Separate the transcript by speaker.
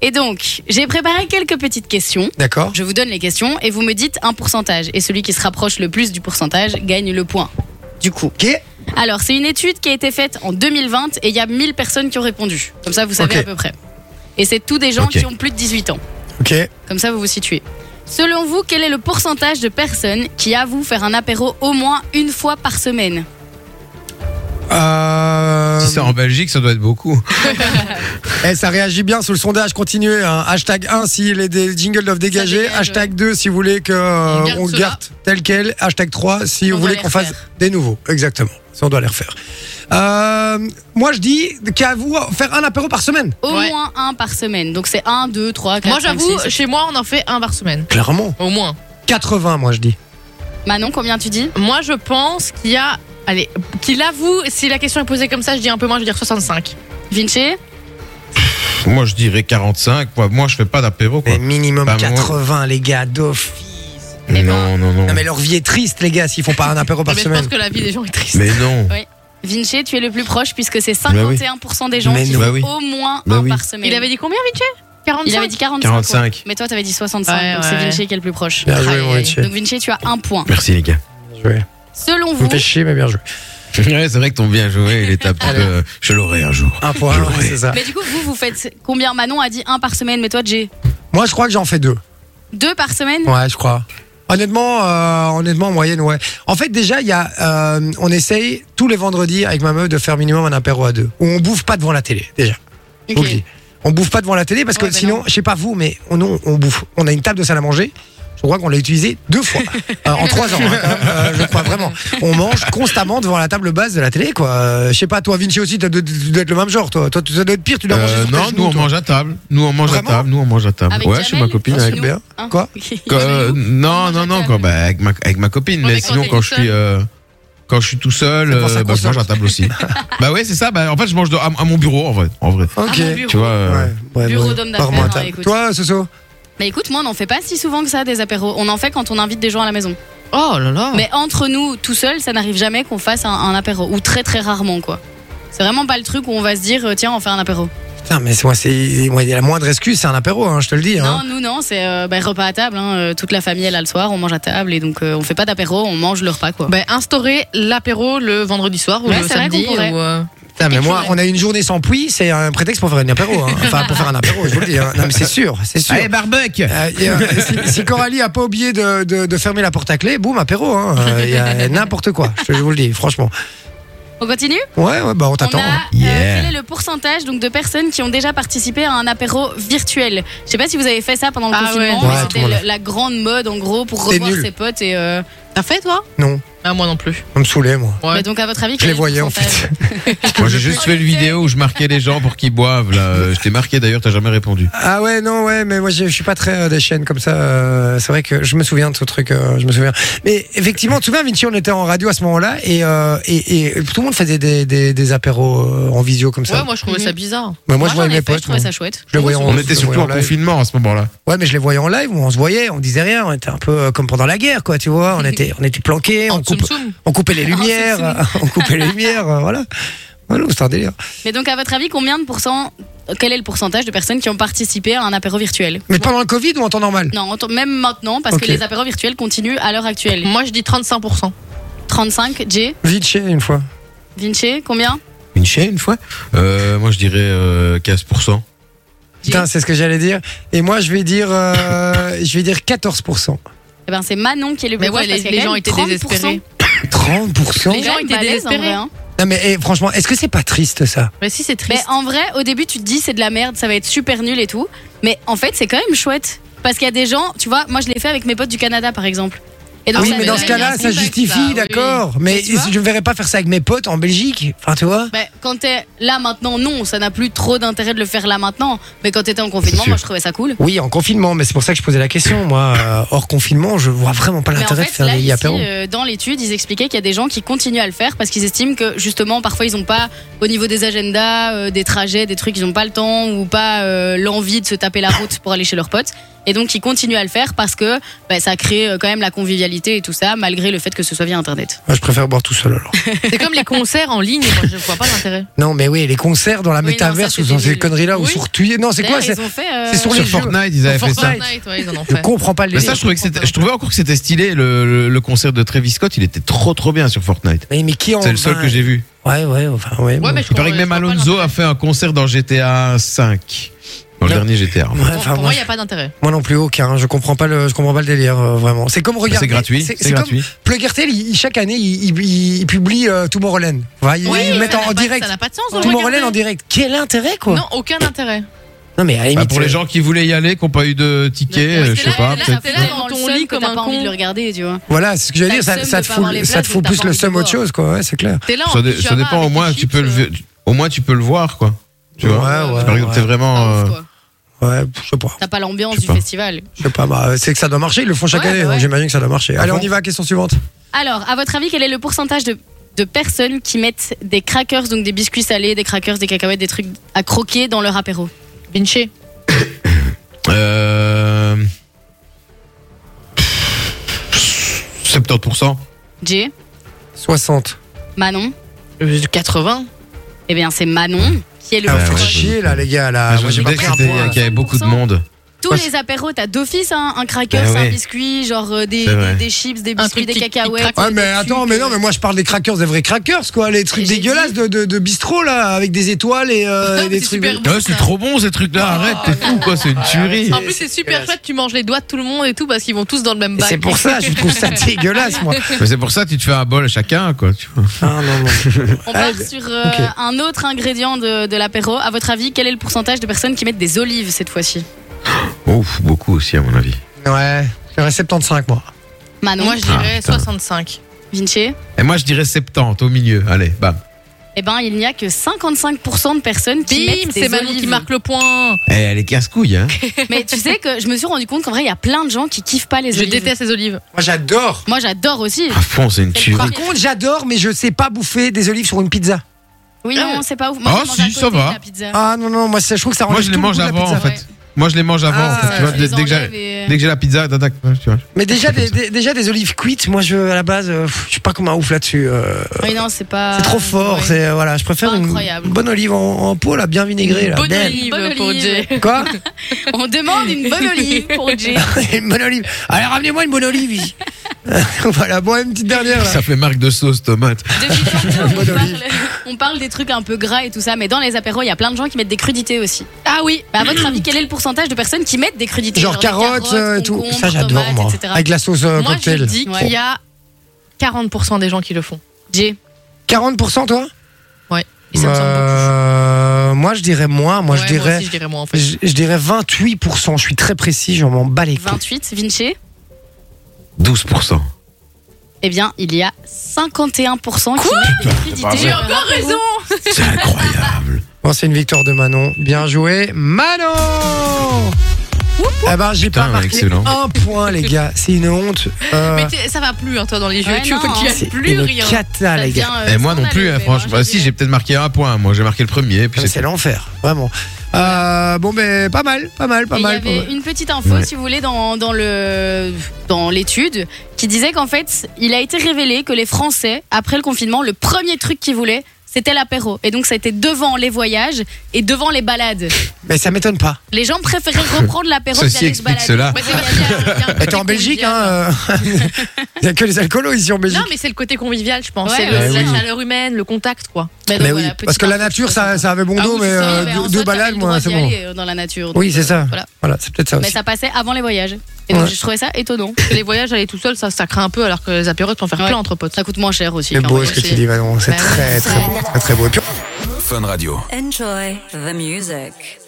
Speaker 1: Et donc, j'ai préparé quelques petites questions.
Speaker 2: D'accord
Speaker 1: Je vous donne les questions et vous me dites un pourcentage. Et celui qui se rapproche le plus du pourcentage gagne le point. Du coup.
Speaker 2: Ok.
Speaker 1: Alors, c'est une étude qui a été faite en 2020 et il y a 1000 personnes qui ont répondu. Comme ça, vous savez
Speaker 2: Ok.
Speaker 1: à peu près. Et c'est tous des gens
Speaker 3: Ok.
Speaker 1: qui ont plus de 18 ans.
Speaker 2: Ok. Euh,
Speaker 1: Comme ça, vous vous situez. Selon vous, quel est le pourcentage de personnes qui avouent faire un apéro au moins une fois par semaine
Speaker 2: Euh,
Speaker 3: Si c'est en Belgique, ça doit être beaucoup.
Speaker 2: eh, ça réagit bien sous le sondage. Continuez. hein. Hashtag 1 si les des jingles doivent dégager.
Speaker 1: dégage,
Speaker 2: Hashtag 2 si vous voulez que euh,
Speaker 1: On garde
Speaker 2: on le
Speaker 1: ceux-là.
Speaker 2: garde tel quel. Hashtag 3 si
Speaker 1: On
Speaker 2: vous
Speaker 1: doit
Speaker 2: voulez
Speaker 1: les
Speaker 2: qu'on fasse
Speaker 1: refaire.
Speaker 2: des nouveaux. Exactement. Si on doit les refaire. Euh, moi, je dis qu'à vous faire un apéro par semaine.
Speaker 1: Au
Speaker 4: Ouais.
Speaker 1: moins un par semaine. Donc c'est 1, 2, 3, 4,
Speaker 4: Moi,
Speaker 1: 5,
Speaker 4: j'avoue,
Speaker 1: 6.
Speaker 4: chez moi, on en fait un par semaine.
Speaker 2: Clairement.
Speaker 4: Au moins.
Speaker 2: 80, moi, je dis.
Speaker 1: Manon, combien tu dis
Speaker 4: Moi, je pense qu'il y a. Allez, qu'il avoue, si la question est posée comme ça, je dis un peu moins, je vais dire 65.
Speaker 1: Vinci
Speaker 3: Moi, je dirais 45. Moi, moi je fais pas d'apéro, quoi.
Speaker 2: Mais minimum
Speaker 3: Pas moins.
Speaker 2: 80, les gars, d'office.
Speaker 1: mais
Speaker 3: non, non, non,
Speaker 2: Non, mais leur vie est triste, les gars, s'ils font pas un apéro par
Speaker 4: mais Eh ben, je pense
Speaker 2: semaine.
Speaker 4: que la vie des gens est triste.
Speaker 3: Mais non.
Speaker 1: Vinci, tu es le plus proche puisque c'est
Speaker 3: Bah oui.
Speaker 1: 51% des gens
Speaker 2: Mais
Speaker 1: qui
Speaker 2: non.
Speaker 1: font
Speaker 3: Bah oui.
Speaker 1: au moins
Speaker 3: Bah
Speaker 1: un
Speaker 3: oui.
Speaker 1: par semaine.
Speaker 4: Il avait dit combien, Vinci 45
Speaker 1: Il avait dit 45.
Speaker 3: 45.
Speaker 1: ouais. Mais toi, t'avais dit 65.
Speaker 4: Ouais,
Speaker 1: donc
Speaker 4: ouais,
Speaker 1: c'est
Speaker 4: ouais.
Speaker 1: Vinci qui est le plus proche.
Speaker 2: Bien joué,
Speaker 4: Aïe,
Speaker 2: mon
Speaker 4: aïe.
Speaker 2: Vinci.
Speaker 1: Donc Vinci, tu as un point.
Speaker 3: Merci, les gars.
Speaker 2: Joué.
Speaker 1: Selon
Speaker 2: Vous
Speaker 1: vous,
Speaker 2: me faites chier, mais bien joué.
Speaker 3: Ouais, c'est vrai que ton bien joué, il est un petit peu. euh, Je l'aurai un jour.
Speaker 2: Un point,
Speaker 3: Je
Speaker 2: ouais,
Speaker 3: l'aurai.
Speaker 2: c'est ça.
Speaker 1: mais du coup, vous, vous faites combien Manon a dit un par semaine, mais toi, Jay
Speaker 2: Moi, je crois que j'en fais deux.
Speaker 1: Deux par semaine
Speaker 2: Ouais, je crois. Honnêtement, euh, honnêtement, en moyenne, ouais. En fait, déjà, il y a, euh, on essaye tous les vendredis avec ma meuf de faire minimum un apéro à deux. Où on bouffe pas devant la télé, déjà. Je vous
Speaker 1: Ok.
Speaker 2: le dis. On bouffe pas devant la télé parce que
Speaker 1: Ouais, bah
Speaker 2: sinon, je sais pas vous, mais on, on, on bouffe. On a une table de salle à manger. Je crois qu'on l'a utilisée deux fois Euh, en trois ans. hein, quand même, euh, je crois vraiment. On mange constamment devant la table basse de la télé, quoi. Euh, je sais pas, toi, Vinci aussi, t'as de- tu dois être le même genre, toi. Toi, tu dois être pire. Tu dois manger
Speaker 3: Euh,
Speaker 2: sur tes
Speaker 3: non,
Speaker 2: genoux,
Speaker 3: nous on
Speaker 2: toi.
Speaker 3: mange à table. Nous on mange
Speaker 2: Vraiment
Speaker 3: à table. Nous on mange à table.
Speaker 1: Avec
Speaker 3: ouais,
Speaker 1: Jamel,
Speaker 3: chez ma copine.
Speaker 1: Ah,
Speaker 3: Avec...
Speaker 1: nous.
Speaker 2: bien.
Speaker 1: Hein
Speaker 2: Quoi
Speaker 3: Euh, non, non, non,
Speaker 1: à
Speaker 3: quand,
Speaker 1: table.
Speaker 3: bah, avec, ma, avec ma copine.
Speaker 4: Ouais,
Speaker 3: Mais
Speaker 4: mais quand
Speaker 3: sinon,
Speaker 4: t'es
Speaker 3: quand je
Speaker 4: seul.
Speaker 3: suis euh, quand je suis tout seul,
Speaker 2: C'est pour ça
Speaker 3: euh,
Speaker 2: qu'on
Speaker 3: bah, je mange à
Speaker 2: sort.
Speaker 3: table aussi. bah ouais, c'est ça. Bah, en fait, je mange de- à, à mon bureau en vrai. En vrai.
Speaker 2: Ok.
Speaker 4: mon bureau.
Speaker 3: Tu vois. euh,
Speaker 2: Ouais,
Speaker 1: Bureau
Speaker 2: ouais,
Speaker 1: d'homme
Speaker 2: par
Speaker 1: d'affaires,
Speaker 2: mois,
Speaker 1: hein,
Speaker 2: t'as-
Speaker 1: écoute.
Speaker 2: Toi, Soso
Speaker 1: Mais écoute, moi, on n'en fait pas si souvent que ça, des apéros. On en fait quand on invite des gens à la maison.
Speaker 4: Oh là
Speaker 3: Ah.
Speaker 4: là.
Speaker 1: Mais entre nous, tout seul, ça n'arrive jamais qu'on fasse un, un apéro. Ou très, très rarement, quoi. C'est vraiment pas le truc où on va se dire, euh, tiens, on fait un apéro.
Speaker 2: Putain, mais c'est- moi, c'est moi, il y a la moindre excuse, c'est un apéro, hein, je te le dis. hein.
Speaker 1: Non, nous, non, c'est euh, bah, repas à table. hein. Euh, Toute la famille est là le soir, on mange à table. Et donc, euh, on fait pas d'apéro, on mange le repas, quoi.
Speaker 4: Ben, instaurer l'apéro le vendredi soir ou
Speaker 1: Ouais,
Speaker 4: le
Speaker 1: c'est vrai
Speaker 4: samedi.
Speaker 1: qu'on pourrait.
Speaker 4: ou, euh,
Speaker 2: Putain, mais
Speaker 1: quelque
Speaker 2: moi,
Speaker 1: chose.
Speaker 2: on a une journée sans pluie, c'est un prétexte pour faire un apéro. hein. Enfin, pour faire un apéro, je vous le dis. hein. Non, mais c'est sûr, c'est sûr.
Speaker 3: Allez, barbecue.
Speaker 2: Euh, et, euh, si, si Coralie a pas oublié de, de- de fermer la porte à clé, boum, apéro. hein. Euh, Il y a n'importe quoi, je, je vous le dis, franchement.
Speaker 1: On continue
Speaker 2: Ouais, ouais, bah on t'attend.
Speaker 1: On a,
Speaker 2: hein.
Speaker 1: euh,
Speaker 3: Yeah.
Speaker 1: quel est le pourcentage donc, de personnes qui ont déjà participé à un apéro virtuel Je sais pas si vous avez fait ça pendant le
Speaker 4: Ah
Speaker 1: confinement. mais
Speaker 4: ouais.
Speaker 2: Ouais, tout le
Speaker 1: C'était
Speaker 2: monde
Speaker 1: le-
Speaker 2: l'a
Speaker 1: la, grande mode, en gros, pour
Speaker 2: T'es
Speaker 1: revoir
Speaker 2: nul.
Speaker 1: ses potes. Et, euh, T'as fait, toi
Speaker 2: Non,
Speaker 4: Ah, moi non plus.
Speaker 2: on me saoulait, moi.
Speaker 4: Ouais.
Speaker 1: Mais Donc, à votre avis,
Speaker 2: Je
Speaker 1: quel est
Speaker 2: les
Speaker 1: le
Speaker 2: voyais, en
Speaker 1: pourcentage
Speaker 2: fait.
Speaker 3: Moi, j'ai juste fait une vidéo où je marquais les gens pour qu'ils boivent. Là, Euh, je t'ai marqué d'ailleurs, t'as jamais répondu.
Speaker 2: Ah ouais, non, ouais, mais moi, je, je suis pas très euh, des chaînes comme ça. euh, c'est vrai que je me souviens de ce truc, euh, je me souviens. Mais effectivement, tu te souviens, Vinci, on était en radio à ce moment-là et, euh, et, et tout le monde faisait des, des, des apéros euh, en visio comme ça.
Speaker 4: Ouais, moi je trouvais
Speaker 1: Mhm.
Speaker 4: ça bizarre.
Speaker 2: Mais moi, je
Speaker 1: j'en
Speaker 2: voyais
Speaker 1: ai
Speaker 2: mes
Speaker 1: fait,
Speaker 2: potes. hein.
Speaker 1: Je trouvais
Speaker 2: moi.
Speaker 1: ça chouette.
Speaker 2: Je les voyais en-
Speaker 3: On
Speaker 2: je
Speaker 3: était
Speaker 2: les
Speaker 3: surtout
Speaker 2: voyais
Speaker 3: en
Speaker 2: live.
Speaker 3: confinement à ce moment-là.
Speaker 2: Ouais, mais je les voyais en live, où on se voyait, on disait rien, on était un peu euh, comme pendant la guerre, quoi, tu vois, on était, on était
Speaker 3: Ah,
Speaker 2: planqués, on,
Speaker 4: En tsum
Speaker 2: coupe-
Speaker 4: tsum.
Speaker 2: on coupait les lumières, on coupait les lumières, euh, voilà. Voilà, c'est un délire.
Speaker 1: Mais donc, à votre avis, combien de pourcents quel est le pourcentage de personnes qui ont participé à un apéro virtuel
Speaker 2: Mais pendant le Covid ou en temps normal
Speaker 1: Non, en t- même maintenant, parce
Speaker 2: Ok.
Speaker 1: que les apéros virtuels continuent à l'heure actuelle.
Speaker 4: Moi je dis 35%.
Speaker 1: 35, J,
Speaker 2: Vinci, une fois.
Speaker 1: Vinci, combien
Speaker 3: Une chaîne, une fois euh, Moi, je dirais euh, 15%.
Speaker 2: Putain, c'est ce que j'allais dire. Et moi, je vais dire, euh, je vais dire 14%.
Speaker 1: Eh ben, c'est Manon qui est le plus
Speaker 4: Mais ouais,
Speaker 1: proche, parce
Speaker 4: les,
Speaker 1: qu'il y a
Speaker 4: les
Speaker 1: quand
Speaker 4: gens
Speaker 1: même
Speaker 4: étaient
Speaker 1: 30%.
Speaker 4: désespérés.
Speaker 1: Les
Speaker 2: 30%
Speaker 1: gens étaient désespérés.
Speaker 2: Non, mais eh, franchement, est-ce que c'est pas triste, ça
Speaker 4: Mais si c'est
Speaker 1: hein. Mais
Speaker 4: triste.
Speaker 1: en vrai, au début, tu te dis c'est de la merde, ça va être super nul et tout. Mais en fait, c'est quand même chouette. Parce qu'il y a des gens, tu vois, moi je l'ai fait avec mes potes du Canada par exemple. Et
Speaker 4: Ah
Speaker 2: Oui,
Speaker 1: ça
Speaker 2: mais
Speaker 1: avait
Speaker 2: dans ce
Speaker 1: quand même
Speaker 2: cas-là,
Speaker 1: un
Speaker 2: ça
Speaker 1: contact.
Speaker 4: ça,
Speaker 2: justifie,
Speaker 4: oui.
Speaker 2: d'accord. Mais
Speaker 1: Mais tu vois
Speaker 2: je ne verrais pas faire ça avec mes potes en Belgique. Enfin, tu vois
Speaker 1: Ben, quand t'es là maintenant, non, ça n'a plus trop d'intérêt de le faire là maintenant. Mais quand t'étais en confinement,
Speaker 3: sûr.
Speaker 1: moi je trouvais ça cool.
Speaker 2: Oui, en confinement, mais c'est pour ça que je posais la question. Moi, euh, hors confinement, je vois vraiment pas
Speaker 1: Mais en
Speaker 2: l'intérêt de
Speaker 1: fait,
Speaker 2: faire
Speaker 1: là,
Speaker 2: des
Speaker 1: ici,
Speaker 2: apéros.
Speaker 1: euh, dans l'étude, ils expliquaient qu'il y a des gens qui continuent à le faire parce qu'ils estiment que justement, parfois, ils n'ont pas, au niveau des agendas, euh, des trajets, des trucs, ils n'ont pas le temps ou pas euh, l'envie de se taper la route pour aller chez leurs potes. Et donc, ils continuent à le faire parce que bah, ça crée euh, quand même la convivialité et tout ça, malgré le fait que ce soit via Internet.
Speaker 2: Moi, je préfère boire tout seul alors.
Speaker 4: C'est comme les concerts en ligne, moi, je vois pas l'intérêt.
Speaker 2: Non, mais oui, les concerts dans la
Speaker 1: Oui, non,
Speaker 2: métaverse
Speaker 1: ça,
Speaker 2: ou
Speaker 1: c'est
Speaker 2: dans ces
Speaker 1: débile.
Speaker 2: conneries-là ou
Speaker 1: Oui.
Speaker 2: sur Twitter. Non, c'est quoi
Speaker 1: D'ailleurs,
Speaker 2: c'est-
Speaker 1: ils ont fait, euh,
Speaker 2: c'est sur
Speaker 3: Sur
Speaker 2: les jeux.
Speaker 3: Fortnite, ils avaient fait ça.
Speaker 4: Fortnite, ouais, ils en ont
Speaker 2: Je
Speaker 4: fait.
Speaker 2: comprends pas les.
Speaker 3: Mais ça, je trouvais, que c'était- je trouvais encore que c'était stylé. Le, le- le concert de Travis Scott, il était trop trop bien sur Fortnite.
Speaker 2: Mais, mais qui en.
Speaker 3: C'est le seul
Speaker 2: ben,
Speaker 3: que j'ai vu.
Speaker 2: Ouais, ouais, enfin, ouais. bon.
Speaker 4: Ouais, mais je
Speaker 3: Il paraît que même
Speaker 4: comprends- je vois pas
Speaker 3: Alonso
Speaker 4: l'intérêt.
Speaker 3: a fait un concert dans GTA 5. Dans le
Speaker 2: Non.
Speaker 3: dernier GTA.
Speaker 2: Ouais,
Speaker 4: Pour,
Speaker 2: enfin,
Speaker 4: pour
Speaker 2: moi,
Speaker 4: moi, il n'y a pas d'intérêt.
Speaker 2: moi non plus aucun. hein. Je comprends pas le, je comprends pas le délire euh, vraiment. C'est comme regarder.
Speaker 3: C'est gratuit.
Speaker 2: c'est
Speaker 3: C'est
Speaker 2: comme-
Speaker 3: gratuit.
Speaker 2: Plug RTL, il- il- chaque année, il, il- il publie euh, Tomorrowland. Voilà, ils ils
Speaker 4: mais
Speaker 2: mettent
Speaker 4: ça
Speaker 2: en,
Speaker 4: n'a
Speaker 2: en
Speaker 4: pas-
Speaker 2: direct.
Speaker 4: Ça n'a pas de sens. de le
Speaker 2: Tomorrowland en
Speaker 4: regarder.
Speaker 2: direct. Quel intérêt, quoi
Speaker 4: Non, aucun intérêt.
Speaker 2: Non, mais à la
Speaker 3: Bah,
Speaker 2: limite,
Speaker 3: pour les
Speaker 2: euh,
Speaker 3: gens qui voulaient y aller, qui n'ont pas eu de ticket,
Speaker 4: Ouais,
Speaker 3: euh,
Speaker 4: c'est
Speaker 3: je sais
Speaker 4: là-
Speaker 3: pas.
Speaker 4: là,
Speaker 3: peut-être.
Speaker 4: c'est là- dans
Speaker 1: dans
Speaker 4: le
Speaker 1: ton
Speaker 4: seul
Speaker 1: lit
Speaker 4: que
Speaker 1: comme
Speaker 4: t'as
Speaker 1: un
Speaker 4: pas
Speaker 1: con.
Speaker 4: envie de
Speaker 1: de
Speaker 4: le
Speaker 1: le regarder, tu vois.
Speaker 2: Voilà, c'est ce que j'allais dire.
Speaker 1: T'as
Speaker 2: Ça,
Speaker 1: le
Speaker 2: ça
Speaker 1: seum
Speaker 2: te
Speaker 1: de pas
Speaker 2: fout,
Speaker 1: avoir les
Speaker 2: ça te
Speaker 1: places,
Speaker 2: fout
Speaker 1: donc t'as
Speaker 2: plus
Speaker 1: pas
Speaker 2: le
Speaker 1: envie
Speaker 2: seum
Speaker 1: de
Speaker 2: autre
Speaker 1: voir.
Speaker 2: chose, quoi. Ouais, c'est clair.
Speaker 4: T'es là en
Speaker 3: Ça, dé- ça
Speaker 4: pyjama
Speaker 3: dépend au
Speaker 4: avec
Speaker 3: moins,
Speaker 4: des
Speaker 3: tu peux le,
Speaker 4: chips,
Speaker 3: vi- au moins tu peux le voir quoi. Tu
Speaker 2: ouais,
Speaker 3: vois.
Speaker 2: ouais,
Speaker 3: Par exemple,
Speaker 2: ouais.
Speaker 3: t'es vraiment.
Speaker 1: Pas ouf,
Speaker 3: euh,
Speaker 1: quoi.
Speaker 2: Ouais, je sais pas.
Speaker 1: T'as pas l'ambiance
Speaker 3: je
Speaker 1: du
Speaker 3: sais pas.
Speaker 1: festival.
Speaker 2: Je sais pas, bah, c'est que ça doit marcher. Ils le font chaque
Speaker 1: Ouais,
Speaker 2: année,
Speaker 1: bah
Speaker 2: donc
Speaker 1: ouais.
Speaker 2: j'imagine que ça doit marcher. Allez,
Speaker 3: Ah bon
Speaker 2: on y va, question suivante.
Speaker 1: Alors, à votre avis, quel est le pourcentage de, de personnes qui mettent des crackers, donc des biscuits salés, des crackers, des cacahuètes, des trucs à croquer dans leur apéro
Speaker 4: Vinci.
Speaker 3: euh, 70%.
Speaker 1: Jay
Speaker 2: 60.
Speaker 1: Manon
Speaker 4: Euh, 80.
Speaker 1: Eh bien, c'est Manon qui est le
Speaker 2: Ah, vous
Speaker 3: ouais,
Speaker 2: faites
Speaker 3: ouais.
Speaker 2: chier, là, les gars. Là.
Speaker 3: Ah, je
Speaker 2: Moi, j'ai
Speaker 3: me
Speaker 2: pas
Speaker 3: disais
Speaker 2: pris
Speaker 3: que
Speaker 2: un
Speaker 3: c'était-
Speaker 2: point.
Speaker 3: qu'il y avait beaucoup de monde.
Speaker 1: Tous les apéros, t'as d'office hein, un, un cracker,
Speaker 3: Ben
Speaker 1: c'est un
Speaker 3: oui.
Speaker 1: biscuit, genre euh, des,
Speaker 3: C'est vrai.
Speaker 1: des, des chips, des
Speaker 4: Un
Speaker 1: biscuits,
Speaker 4: truc
Speaker 1: des
Speaker 4: qui- qui
Speaker 1: cacahuètes.
Speaker 4: craque.
Speaker 2: Ouais, mais attends, mais non, mais moi je parle des crackers, des vrais crackers, quoi. Les trucs
Speaker 1: J'ai
Speaker 2: dégueulasses de, de, de bistrot, là, avec des étoiles et, euh,
Speaker 4: Ah,
Speaker 2: et
Speaker 4: mais
Speaker 2: des
Speaker 4: c'est
Speaker 2: trucs.
Speaker 4: super
Speaker 3: Ah, c'est trop bon ces trucs-là, arrête, t'es fou quoi, c'est une tuerie.
Speaker 4: En plus, c'est super chouette, tu manges les doigts de tout le monde et tout parce qu'ils vont tous dans le même
Speaker 2: Et
Speaker 4: bac.
Speaker 2: c'est pour ça, je trouve ça dégueulasse, moi.
Speaker 3: Mais c'est pour ça que tu te fais un bol à chacun quoi. tu vois.
Speaker 2: Ah, non, non.
Speaker 1: On part sur euh,
Speaker 2: ok.
Speaker 1: un autre ingrédient de, de l'apéro. À votre avis, quel est le pourcentage de personnes qui mettent des olives cette fois-ci
Speaker 3: Ouf, beaucoup aussi à mon avis.
Speaker 2: Ouais, j'aurais 75, moi.
Speaker 1: Manon,
Speaker 4: Moi, je
Speaker 3: Ah,
Speaker 4: dirais
Speaker 3: putain.
Speaker 4: 65.
Speaker 1: Vinci
Speaker 3: Et moi je dirais 70 au milieu, allez, bam.
Speaker 1: Eh ben, il n'y a que 55% de personnes qui
Speaker 4: Bim,
Speaker 1: mettent des
Speaker 4: c'est Manon
Speaker 1: olives.
Speaker 4: qui marque le point.
Speaker 3: Eh, elle est casse-couille hein.
Speaker 1: Mais tu sais que je me suis rendu compte qu'en vrai, il y a plein de gens qui kiffent pas les
Speaker 4: Je
Speaker 1: olives.
Speaker 4: déteste les olives.
Speaker 2: Moi, j'adore.
Speaker 1: Moi, j'adore aussi.
Speaker 3: À fond, c'est une
Speaker 1: Elle
Speaker 3: tuerie.
Speaker 1: craque.
Speaker 2: Par contre, j'adore, mais je sais pas bouffer des olives sur une pizza.
Speaker 1: Oui,
Speaker 4: Ah ouais.
Speaker 1: non, c'est pas ouf. Moi,
Speaker 3: Ah,
Speaker 1: je mange à
Speaker 3: si,
Speaker 1: côté
Speaker 3: ça
Speaker 1: de
Speaker 3: va.
Speaker 1: la pizza.
Speaker 2: Ah, non, non, moi, ça- je trouve que ça
Speaker 3: Moi
Speaker 2: enlève
Speaker 3: je les
Speaker 2: tout le
Speaker 3: mange
Speaker 2: goût de la
Speaker 3: avant en
Speaker 2: pizza.
Speaker 3: fait. Moi je les mange avant.
Speaker 2: Ah,
Speaker 3: en fait, tu
Speaker 1: Ça,
Speaker 3: vois,
Speaker 1: je
Speaker 3: dès,
Speaker 1: les
Speaker 3: dès que
Speaker 1: enlève
Speaker 3: j'ai-
Speaker 1: et-
Speaker 3: dès que j'ai la pizza, tac, tac, tu vois.
Speaker 2: Mais déjà
Speaker 3: C'est comme
Speaker 2: des, des- déjà des olives cuites, moi je à la base, euh, pff, je suis pas comme un ouf là-dessus. euh,
Speaker 1: Oui, non, c'est pas.
Speaker 2: c'est trop fort,
Speaker 1: Ah, Ouais.
Speaker 2: c'est euh, voilà, je préfère
Speaker 1: Pas
Speaker 2: une
Speaker 1: incroyable.
Speaker 2: bonne olive en, en peau là, bien vinaigrée là.
Speaker 4: Bonne
Speaker 2: belle.
Speaker 4: olive
Speaker 1: Bonne
Speaker 4: pour
Speaker 1: olive.
Speaker 4: Jay.
Speaker 2: Quoi
Speaker 1: On demande une bonne olive pour Jay.
Speaker 2: Une bonne olive. Allez, ramenez-moi une bonne olive. ici. voilà, bon, une petite dernière. là.
Speaker 3: Ça fait marque de sauce tomate.
Speaker 1: Depuis tantôt,
Speaker 2: Bonne
Speaker 1: on, parle,
Speaker 2: olive.
Speaker 1: on parle des trucs un peu gras et tout ça, mais dans les apéros, il y a plein de gens qui mettent des crudités aussi.
Speaker 4: Ah oui.
Speaker 1: Bah, à votre avis, quel est le pourcentage de personnes qui mettent des crudités
Speaker 2: Genre
Speaker 1: des
Speaker 2: carottes, euh, et tout.
Speaker 1: concombres,
Speaker 2: Ça j'adore
Speaker 1: tomates,
Speaker 2: moi.
Speaker 1: etc.
Speaker 2: Avec la sauce euh,
Speaker 4: Moi, je
Speaker 2: cocktail.
Speaker 4: dis
Speaker 1: Ouais.
Speaker 4: qu'il y a 40% des gens qui le font.
Speaker 1: Jay.
Speaker 2: 40% toi
Speaker 4: Et ça me semble beaucoup.
Speaker 2: Euh, Moi je dirais moins, moi
Speaker 4: Ouais,
Speaker 2: je dirais
Speaker 4: aussi, je dirais moi en fait.
Speaker 2: je, je dirais 28%, je suis très précis, je m'en bats les couilles.
Speaker 1: 28, Vinci.
Speaker 3: 12%.
Speaker 1: Eh bien, il y a 51% qui mettent
Speaker 3: Bah,
Speaker 1: des crudités.
Speaker 3: vrai. J'ai
Speaker 1: dans leur apéro.
Speaker 3: C'est incroyable.
Speaker 2: Bon, c'est une victoire de Manon. Bien joué, Manon Eh ben, j'ai
Speaker 3: Putain,
Speaker 2: pas marqué
Speaker 3: excellent.
Speaker 2: un point, les gars. C'est une honte. Euh,
Speaker 4: Mais t'es- ça va plus, hein, toi, dans les jeux.
Speaker 1: Ouais,
Speaker 4: tu
Speaker 1: non.
Speaker 4: tu
Speaker 2: c'est
Speaker 4: as plus
Speaker 2: une
Speaker 4: rien.
Speaker 2: cata,
Speaker 1: Ça
Speaker 2: les gars.
Speaker 1: devient, euh,
Speaker 3: Et moi non plus,
Speaker 1: scandaleux,
Speaker 3: hein,
Speaker 1: mais
Speaker 3: franchement.
Speaker 1: moi, je
Speaker 3: si,
Speaker 1: dirais-
Speaker 3: j'ai peut-être marqué un point. Moi, j'ai marqué le
Speaker 2: Non,
Speaker 3: premier. Puis
Speaker 2: mais Ah, C'est
Speaker 3: c'est
Speaker 2: l'enfer, vraiment. Euh, bon, mais pas mal, pas mal, pas
Speaker 1: Et Il y
Speaker 2: mal. pas
Speaker 1: avait
Speaker 2: mal.
Speaker 1: une petite info,
Speaker 3: Ouais.
Speaker 1: si vous voulez, dans, dans le dans l'étude, qui disait qu'en fait, il a été révélé que les Français, après le confinement, le premier truc qu'ils voulaient, c'était l'apéro. Et donc, ça a été devant les voyages et devant les balades.
Speaker 2: Mais ben, ça m'étonne pas.
Speaker 1: Les gens préféraient reprendre l'apéro que
Speaker 3: Ceci
Speaker 1: d'aller se
Speaker 3: explique
Speaker 1: balader.
Speaker 3: cela.
Speaker 4: Ouais, c'est parce qu'il y a- il y a un
Speaker 2: Et Bah, t'es
Speaker 4: côté
Speaker 2: en Belgique,
Speaker 4: convivial.
Speaker 2: hein euh, Il y a que les alcoolos ici en Belgique.
Speaker 4: Non, mais c'est le côté convivial, je pense.
Speaker 1: Ouais,
Speaker 4: c'est le-
Speaker 1: ouais,
Speaker 4: la
Speaker 2: bah oui.
Speaker 4: chaleur humaine, le contact, quoi.
Speaker 1: Mais Bah, donc,
Speaker 2: mais
Speaker 1: voilà,
Speaker 2: oui,
Speaker 1: petite
Speaker 2: parce que la
Speaker 1: info,
Speaker 2: nature,
Speaker 1: je
Speaker 2: ça,
Speaker 1: trouve
Speaker 2: ça avait bon
Speaker 4: Ah
Speaker 2: dos,
Speaker 4: oui,
Speaker 2: mais
Speaker 4: c'est ça,
Speaker 2: euh,
Speaker 1: mais en
Speaker 2: deux,
Speaker 1: soi,
Speaker 2: deux
Speaker 1: t'avais le
Speaker 2: balades,
Speaker 1: droit
Speaker 2: moi,
Speaker 1: d'y
Speaker 2: c'est bon.
Speaker 1: aller, euh, Dans la nature.
Speaker 2: Oui,
Speaker 1: donc,
Speaker 2: c'est
Speaker 1: euh,
Speaker 2: ça.
Speaker 1: voilà.
Speaker 2: Voilà, c'est peut-être ça
Speaker 1: Mais
Speaker 2: aussi.
Speaker 1: ça passait avant les voyages. Et donc,
Speaker 2: Ouais.
Speaker 1: je trouvais ça étonnant.
Speaker 4: Les voyages aller tout seul, ça, ça craint un peu, alors que les apéros, tu peux en faire
Speaker 1: Ouais.
Speaker 4: plein entre potes.
Speaker 1: Ça coûte moins cher aussi.
Speaker 2: C'est
Speaker 1: qu'un
Speaker 2: beau
Speaker 1: voyage.
Speaker 2: ce que tu dis, Manon. C'est
Speaker 4: Bah oui.
Speaker 2: très, très, très, très beau. Et puis,
Speaker 5: Fun Radio.
Speaker 6: Enjoy the music.